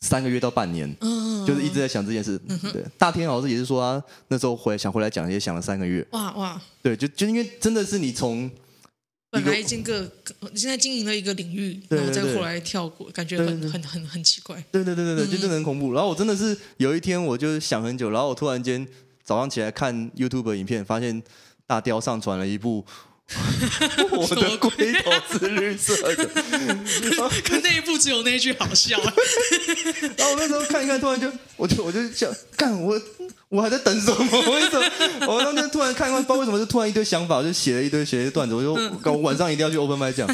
三个月到半年，嗯，就是一直在想这件事。对，大天老师也是说啊，那时候回想回来讲，也想了三个月。哇哇，对，就就因为真的是你从本来已经个你现在经营了一个领域，对然后再对对过来跳过，感觉对对很对很很很奇怪。 对对对对对，就真的很恐怖。然后我真的是有一天，我就想很久，然后我突然间早上起来看 YouTube 影片，发现大雕上传了一部 我的龟头是绿色的，可那一部只有那一句好笑， 然后我那时候看一看，突然就，我就我就想，干我我还在等什么？ 为什么？我当时突然看一看，不知道为什么就突然一堆想法，我就写了一堆写了一堆段子，我就嗯我晚上一定要去 open mic 讲，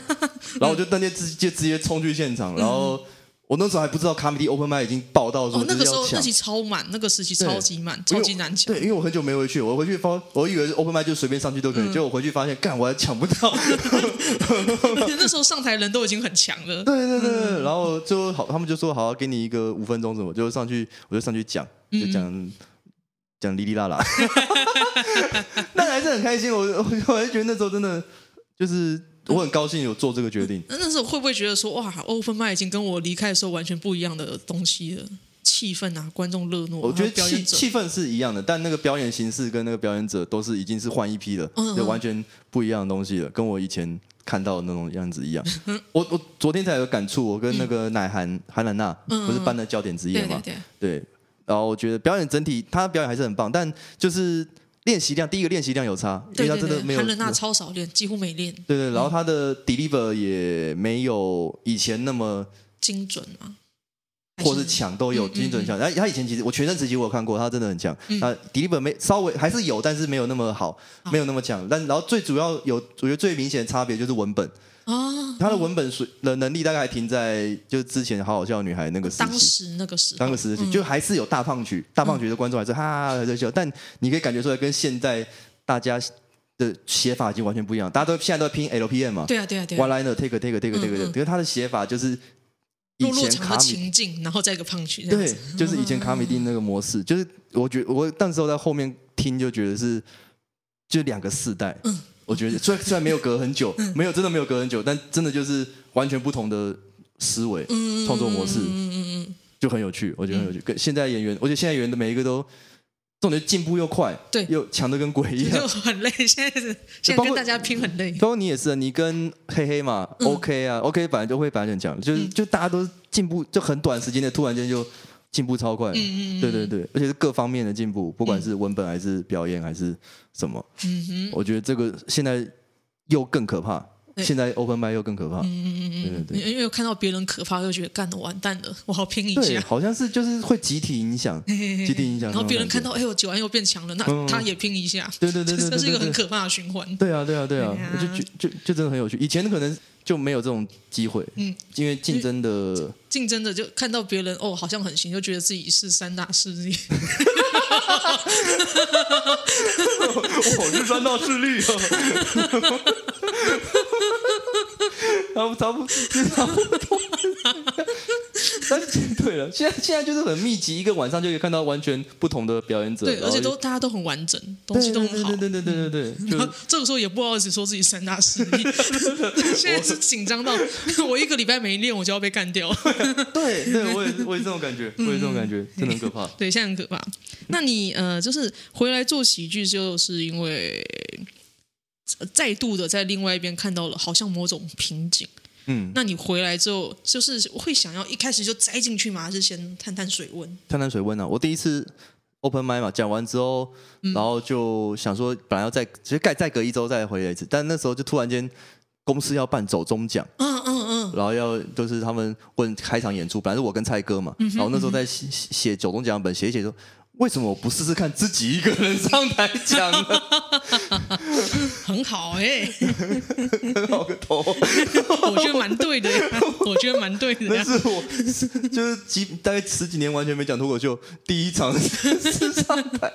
然后我就当天直接直接冲去现场，然后我那时候还不知道 comedy open mic 已经报道说嗯哦，那就个是时要候抢那。期超满，那个时期超级满，因为超级难抢对，。因为我很久没回去，我回去发，我以为是 open mic 就随便上去都嗯可以，结果我回去发现，干我还抢不到，而且 那时候上台人都已经很强了，对对对对，嗯然后就好，他们就说好，给你一个五分钟什么，就上去，我就上去讲，嗯就讲、讲哩哩啦啦， 但还是很开心，我 我我还是觉得那时候真的就是我很高兴有做这个决定，那那时候会不会觉得说，哇，open mic 已经跟我离开的时候完全不一样的东西了？气氛啊，观众热络，我觉得还有表气演者，气氛是一样的，但那个表演形式跟那个表演者都是已经是换一批了，嗯嗯就完全不一样的东西了，跟我以前看到的那种样子一样。我我昨天才有感触，我跟那个奶韩韩兰娜嗯嗯不是办的焦点之夜对嘛对，对，对，然后我觉得表演整体，他表演还是很棒，但就是练习量，第一个练习量有差，对因对为他真的没对，有韩人娜超少练，几乎没练对对，然后他的 deliver 也没有以前那么，精准嘛，还嗯或是抢都有精准抢。他他以前其实我全身时期我有看过，他真的很强。他 deliver 没稍微还是有，但是没有那么好，啊没有那么强。但然后最主要有，我觉得最明显的差别就是文本，啊，他的文本水的能力大概还停在就之前好好笑女孩那个时当期。时那个时候，当个时期，就还是有大胖曲，大胖曲的观众还是哈哈哈还在笑，但你可以感觉出来跟现在大家的写法已经完全不一样，大家都现在都在拼 LPM 嘛对啊对啊对啊，one，liner take take take 嗯 take 嗯 take，可是他的写法就是以落落前长卡的米情境，然后再一个胖曲，这样对子，就是以前卡米蒂那个模式，就是我觉我那时候在后面听就觉得是就两个世代，嗯我觉得虽然虽然没有隔很久，没有真的没有隔很久，但真的就是完全不同的思维、嗯创作模式嗯嗯嗯，就很有趣，我觉得很有趣。跟现在演员，我觉得现在演员的每一个都，重点进步又快，对又强的跟鬼一嗯样就。很累，现在是现在包跟括大家拼很累，包括你也是啊，你跟黑黑嘛、嗯 o k 啊，OK 本来就会本来就很强，就是、就大家都进步，就很短时间内突然间就进步超快，嗯嗯嗯对对对，而且是各方面的进步，不管是文本还是表演还是什么，嗯哼，我觉得这个现在又更可怕，对现在 Open m i 又更可怕，嗯嗯嗯嗯，对对因为我看到别人可怕，又觉得干了完蛋了，我好拼一对，下。好像是就是会集体影响，集体影响，然后别人看，到，哎呦，九安又变强了，那嗯嗯他也拼一下，对对对对对这对，是一个很对可怕的循环。对啊，对啊，对啊对啊，就就就就真的很有趣。以前可能就没有这种机会，嗯因为竞争的竞争的就看到别人哦，好像很行，就觉得自己是三大势力。我是三道势力哦。差不差不差不多，但是对了，现在现在就是很密集，一个晚上就可以看到完全不同的表演者，对，然后而且都就大家都很完整，东西对都对很好对。对对对对对，就是然后这个时候也不好意思说自己三大势力， 现在是紧张到 我一个礼拜没练，我就要被 干掉。对对，我也是我也是这种感觉，我也是这种感觉，真的很可怕。对，现在很可怕。那你呃，就是回来做喜剧，就是因为呃再度的在另外一边看到了好像某种瓶颈。嗯，那你回来之后，就是会想要一开始就栽进去吗？还是先探探水温？探探水温啊，我第一次 open m i 嘛，讲完之后，然后就想说，本来要再其实再再隔一周再回来一次，但那时候就突然间公司要办走中奖。嗯嗯嗯，然后要就是他们问开场演出，本来是我跟蔡哥嘛，然后那时候在写写写九东奖本，写一写说。为什么我不试试看自己一个人上台讲呢？ 很好哎、我个头！我觉得蛮对的，我觉得蛮对的那。是我 就是几大概十几年完全没讲脱口秀，第一场 是上台，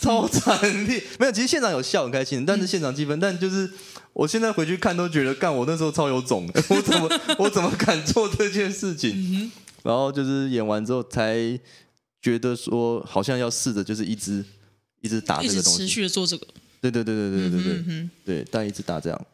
超惨烈。没有，其实现场有笑很开心，但是现场气氛，但就是我现在回去看都觉得，干我那时候超有种，我怎么我怎么敢做这件事情？嗯然后就是演完之后才觉得说，好像要试着就是一直一直打一这直个东持西，续的做这个，对对对对对对对嗯对哼，对，但一直打这样，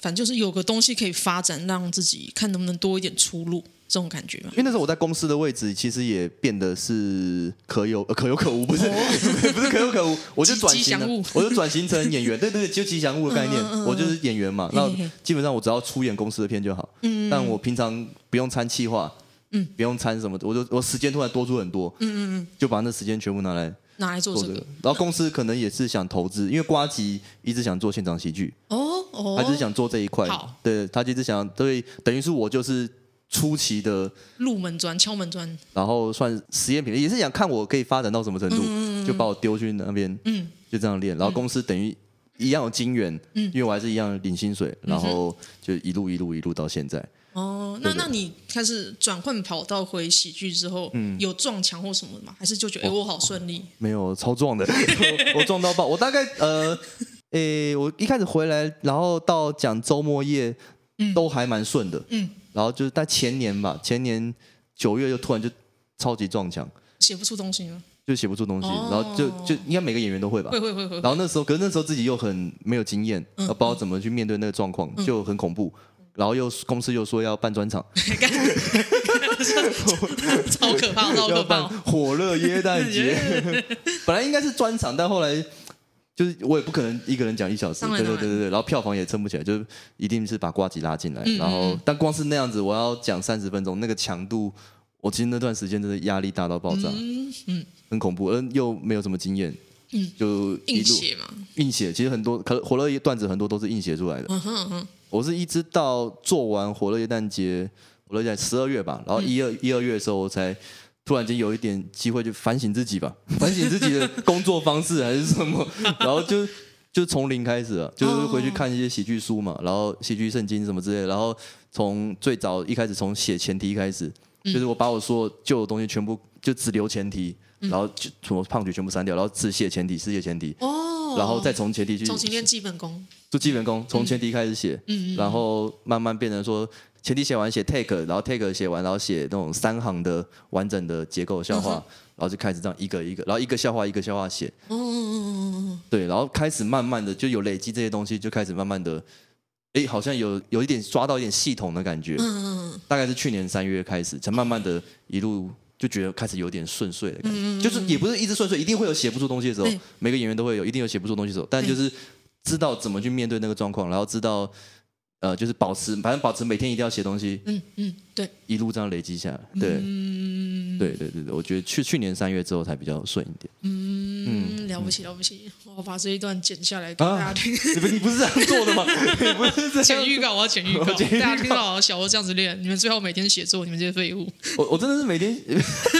反正就是有个东西可以发展，让自己看能不能多一点出路，这种感觉嘛因。为那时候我在公司的位置，其实也变得是可有、呃可有可无，哦不是、 不是可有 可无，我就吉转型吉祥物了，我就转型成演员，对对对，就吉祥物的概念，嗯嗯嗯我就是演员嘛，嘿那嘿嘿基本上我只要出演公司的片就好，嗯但我平常不用参企划，嗯不用参什么的，我就我时间突然多出很多，嗯嗯嗯，就把那时间全部拿来拿来做做这这个个。，然后公司可能也是想投资，因为瓜吉一直想做现场喜剧，哦哦，他就是想做这一块好，对他就是想，对，等于是我就是初期的。入门砖、敲门砖，然后算实验品，也是想看我可以发展到什么程度，就把我丢去那边，嗯就这样练。然后公司等于一样有金源，嗯因为我还是一样领薪水，然后就一路一路一路到现在。哦，那对对那你开始转换跑道回喜剧之后，嗯有撞墙或什么的吗？还是就觉得哎，我好顺利？没有超壮的， 我我撞到爆。我大概呃，诶，我一开始回来，然后到讲周末夜，都还蛮顺的。嗯，然后就是在前年吧，前年九月就突然就超级撞墙，写不出东西吗？就写不出东西，哦然后就就应该每个演员都会吧会。会会会，然后那时候，可是那时候自己又很没有经验，嗯呃不知道怎么去面对那个状况，就很恐怖。然后又公司又说要办专 场，超 可怕，超要可办怕！火热耶诞 节， 本来应该是专场，但后来就是我也不可能一个人讲一小时，当对然对对当对然对。然后票房也撑不起来，就是一定是把瓜吉拉进来。嗯然嗯后但光是那样子，我要讲三十分钟，那个强度，我其实那段时间真的压力大到爆炸，嗯嗯，很恐怖，嗯，又没有什么经验，嗯就一硬路写嘛，硬写。其实很多可火热耶段子很多都是硬写出来的。嗯哼嗯哼，我是一直到做完火热耶诞节，火热耶十二月吧，然后一二一二月的时候，我才突然间有一点机会，就反省自己吧， 反省自己的工作方式还是什么，然后就 就从零开始了，啊就是回去看一些喜剧书嘛，然后喜剧圣经什么之类的，然后从最早一开始从写前提开始，就是我把我所有旧的东西全部就只留前提。然后就什么胖举全部删掉，然后只写前提，只写前提，哦，然后再从前提去重新练基本功，就基本功，从前提开始写，嗯然后慢慢变成说前提写完写 take，然后 take 写完，然后写那种三行的完整的结构笑话，嗯哼然后就开始这样一个一个，然后一个笑话一个笑话写，哦，嗯嗯嗯嗯嗯对，然后开始慢慢的就有累积这些东西，就开始慢慢的哎，好像有有一点抓到一点系统的感觉。嗯嗯大概是去年三月开始，才慢慢的一路就觉得开始有点顺遂的感觉，嗯就是也不是一直顺遂，一定会有写不出东西的时候对，每个演员都会有，一定有写不出东西的时候，但就是知道怎么去面对那个状况，然后知道呃，就是保持，反正保持每天一定要写东西，嗯嗯，对，一路这样累积下来，对。嗯，对对对对，我觉得去去年三月之后才比较顺一点。嗯，了不起了不起，我把这一段剪下来给大家听。你啊不你不是这样做 的吗？你不是这样剪预告，我要剪预告，我剪预告大家听到小欧这样子练，你们最好每天写作，你们这些废物，我我真的是每天，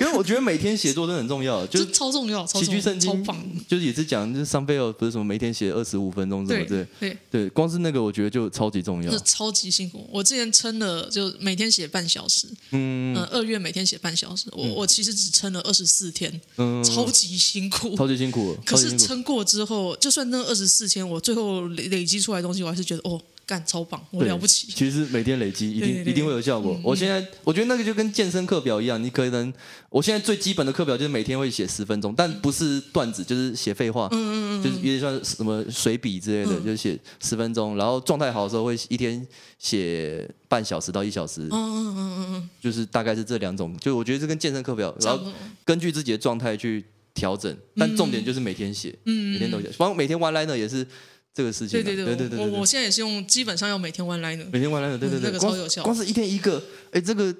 因为我觉得每天写作真的很重要，就这是超重要，超喜重剧要，圣超经棒。就是也是讲，就是桑菲尔不是什么每天写二十五分钟什么对对对，对，光是那个我觉得就超级重要这。超级辛苦。我之前撑了，就每天写半小时，嗯嗯，二月每天写半小时，我我其实只撑了二十四天，嗯，超级辛苦。超级辛苦，可超级是辛苦。撑过之后，就算那二十四天，我最后累累积出来的东西，我还是觉得哦，干超棒，我对了不起。其实每天累积，一对定对对嗯一定会有效果。我现在我觉得那个就跟健身课表一样，你可能我现在最基本的课表就是每天会写十分钟，但不是段子，就是写废话，嗯嗯就是有点像什么随笔之类的，嗯就写十分钟。然后状态好的时候会一天写半小时到一小时，嗯嗯嗯嗯嗯，就是大概是这两种。就我觉得这跟健身课表，然差后不多。根据自己的状态去调整，但重嗯点就是每天写，每天都写，包括每天 one liner 也是这个事情对啊。嗯对对对，对对我对我我现在也是用，基本上要每天 one liner。每天玩来的，对对嗯对，那个光超有效光是一天一个，哎，这个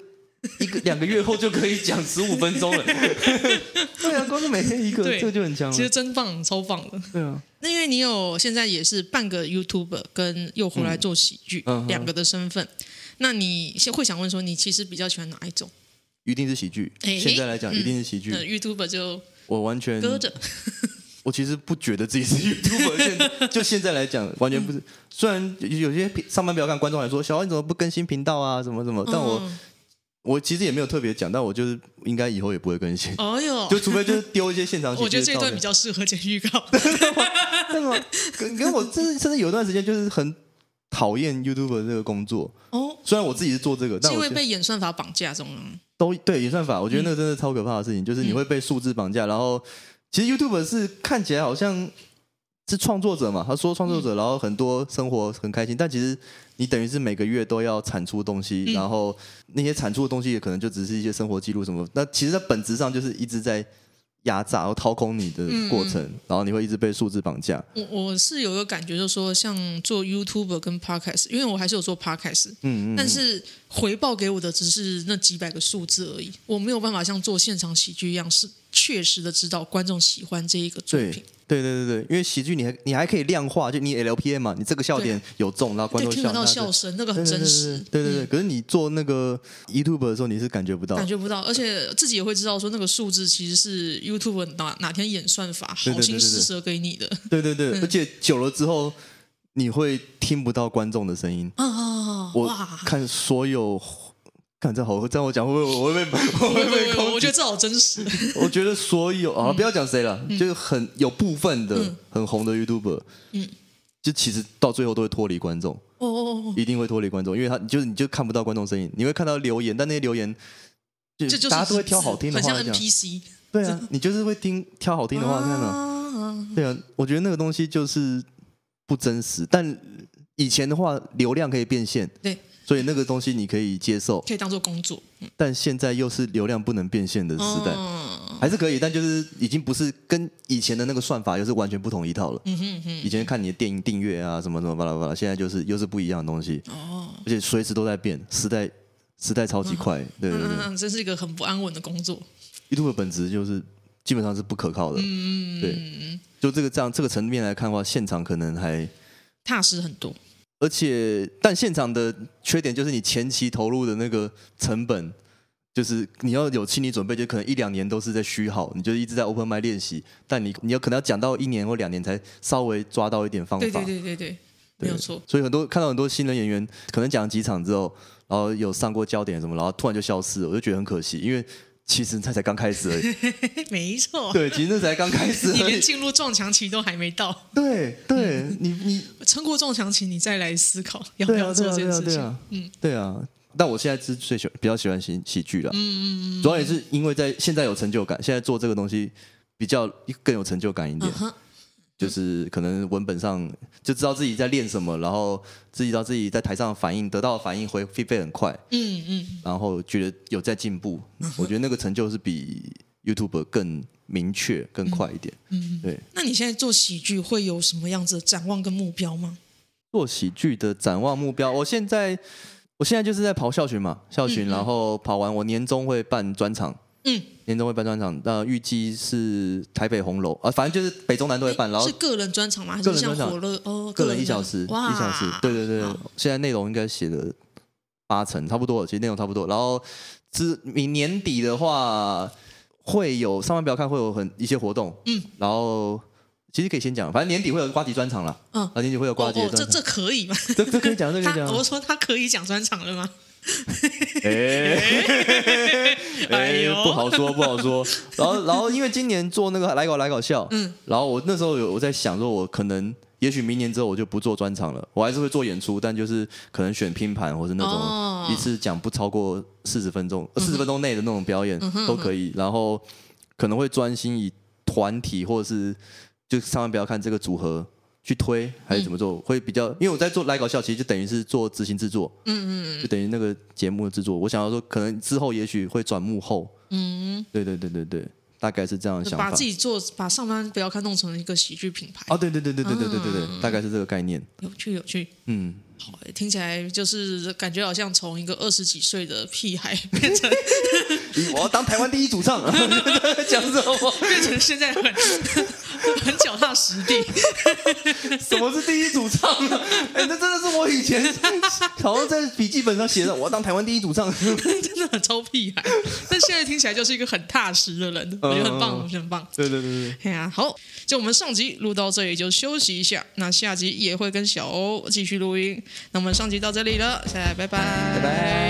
一个 两个月后就可以讲十五分 钟了。对啊，光是每天一个，对这个就很强其实了。真棒，超棒的。对啊，那因为你有现在也是半个 YouTuber 跟又回来做喜剧、嗯哼两个的身份，那你先会想问说，你其实比较喜欢哪一种？一定是喜剧。哎现在来讲，嗯一定是喜剧嗯那。YouTuber 就我完全，搁着，我其实不觉得自己是 YouTuber 现。就现在来讲，完全不嗯是。虽然有有些平上班表看观众来说，小安你怎么不更新频道啊，什么什么，但我嗯我其实也没有特别讲，但我就是应该以后也不会更新，哦哟 就，除非就是丢一些现场喜剧。我觉得这一照段片啊比较适合剪预 告。那么跟跟我真的真的有一段时间就是很讨厌 YouTuber 这个工作，哦，虽然我自己是做这个，是但因我为觉得被演算法绑架中啊吗？都对演算法，我觉得嗯那个真的超可怕的事情，就是你会被数字绑架，然后其实 YouTuber 是看起来好像是创作者嘛，他说创作嗯者，然后很多生活很开心，但其实你等于是每个月都要产出东西，嗯然后那些产出的东西也可能就只是一些生活记录什么，那其实它本质上就是一直在压榨然后掏空你的嗯过程，然后你会一直被数字绑架，我我是有一个感觉，就是说像做 YouTuber 跟 Podcast，因为我还是有做 Podcast，嗯嗯嗯，但是回报给我的只是那几百个数字而已，我没有办法像做现场喜剧一样，是确实的知道观众喜欢这一个作对品。对对对对，因为喜剧你还你还可以量化，就你 LPM 嘛，你这个笑点有中，然后观对，众听笑，得到那笑就声，那个对很对真对实，嗯对对对。可是你做那个 YouTube 的时候，你是感觉不到感，觉不到，而且自己也会知道说那个数字其实是 YouTube 哪哪天演算法对对好对心对施对舍给你的对对嗯对，而且久了之后，你会听不到观众的声音。啊！我哇，看所有，看这好，这样我讲会不会我会被我不会会不被会攻击？ 我觉得嗯这好真实。我觉得所有啊，不要讲谁了，就是很有部分的很红的 YouTuber，嗯就其实到最后都会脱离观众。哦哦哦，一定会脱离观众，因为他就是你就看不到观众声音，你会看到留言，但那些留言就这就是大家都会挑好听的很话像来讲， NPC。对啊，你就是会听挑好听的话看嘛，啊对啊，我觉得那个东西就是不真实，但以前的话流量可以变现，对，所以那个东西你可以接受，可以当做工作但现在又是流量不能变现的时代，嗯还是可以，但就是已经不是跟以前的那个算法又是完全不同一套了。嗯哼哼，以前看你的电影订阅啊，什么什么巴拉巴拉，现在就是又是不一样的东西。哦，而且随时都在变，时代时代超级快，对对对、嗯，真是一个很不安稳的工作。 y o u t u b e 的本质就是基本上是不可靠的，嗯，对就这个这样这个层面来看的话，现场可能还，踏实很多。而且但现场的缺点就是你前期投入的那个成本。就是你要有心理准备，就可能一两年都是在虚耗，你就一直在 open m i 练习，但你你有可能要讲到一年或两年才稍微抓到一点方法。对对对对对，没对有错。所以很多看到很多新人演员，可能讲了几场之后，然后有上过焦点什么，然后突然就消失了，我就觉得很可惜，因为其实他才刚开始而 已。嘿没错，对，其实那才刚开始 你而已连。进入撞墙期都还没到，对对，你你撑过撞墙期，你再来思考要不对要啊做对啊这件对啊事对情。啊，嗯嗯对啊。但我现在是最喜欢比较喜欢喜喜剧了，嗯嗯，主要也是因为在现在有成就感，现在做这个东西比较更有成就感一点嗯。哼，就是可能文本上就知道自己在练什么，然后自己知道自己在台上的反应得到的反应回 feedback 很快，嗯嗯，然后觉得有在进步，我觉得那个成就是比 YouTube 更明确、更快一点。嗯，对。那你现在做喜剧会有什么样子的展望跟目标吗？做喜剧的展望目标，我现在我现在就是在跑校巡嘛，校巡，然后跑完我年终会办专场，嗯，年终会办专场，那预计是台北红楼啊、反正就是北中南都会办，然后是个人专场吗？还个是人像专场火热哦，个人一专场小时，哇，哦一小时，对对对好，现在内容应该写的八成差不多了，其实内容差不多。然后之明年底的话，会有上班不要看会有很一些活动，嗯，然后其实可以先讲，反正年底会有瓜吉专场啦，嗯啊，年底会有瓜哦吉的，哦这专场，啊这可以吗？这这可以讲，这可以他我讲，说他可以讲专场了吗？哎 哎哎呦，不好说不好说。然后然后因为今年做那个来搞来搞笑，嗯，然后我那时候有我在想说，我可能也许明年之后我就不做专场了，我还是会做演出，但就是可能选拼盘或是那哦嗯种一次讲不超过四十分钟，四十分钟内的那种表演都可以。然后可能会专心以团体或者是就上万不要看这个组合。去推还是怎么嗯做、会比较？因为我在做来搞笑，其实就等于是做执行制作，嗯嗯就等于那个节目的制作。我想要说，可能之后也许会转幕后，嗯，对对对对对，大概是这样的就想把法。自己做把上班不要看弄成一个喜剧品牌，哦，对对对对对对对对嗯对，大概是这个概念。有趣有趣。嗯，好，听起来就是感觉好像从一个二十几岁的屁孩 变成我要当台湾第一主唱，讲什么？变成现在很 很脚踏实地， 什么是第一主唱啊？哎、那真的是我以前 好像在笔记本上写的，我要当台湾第一主 唱。 真的很超屁孩。但现在听起来就是一个很踏实的人，嗯我觉得很棒，我觉得很棒。对对对对，哎呀，好，就我们上集录到这里就休息一下，那下集也会跟小欧继续录音。那我们上集到这里了，下来拜拜，拜拜。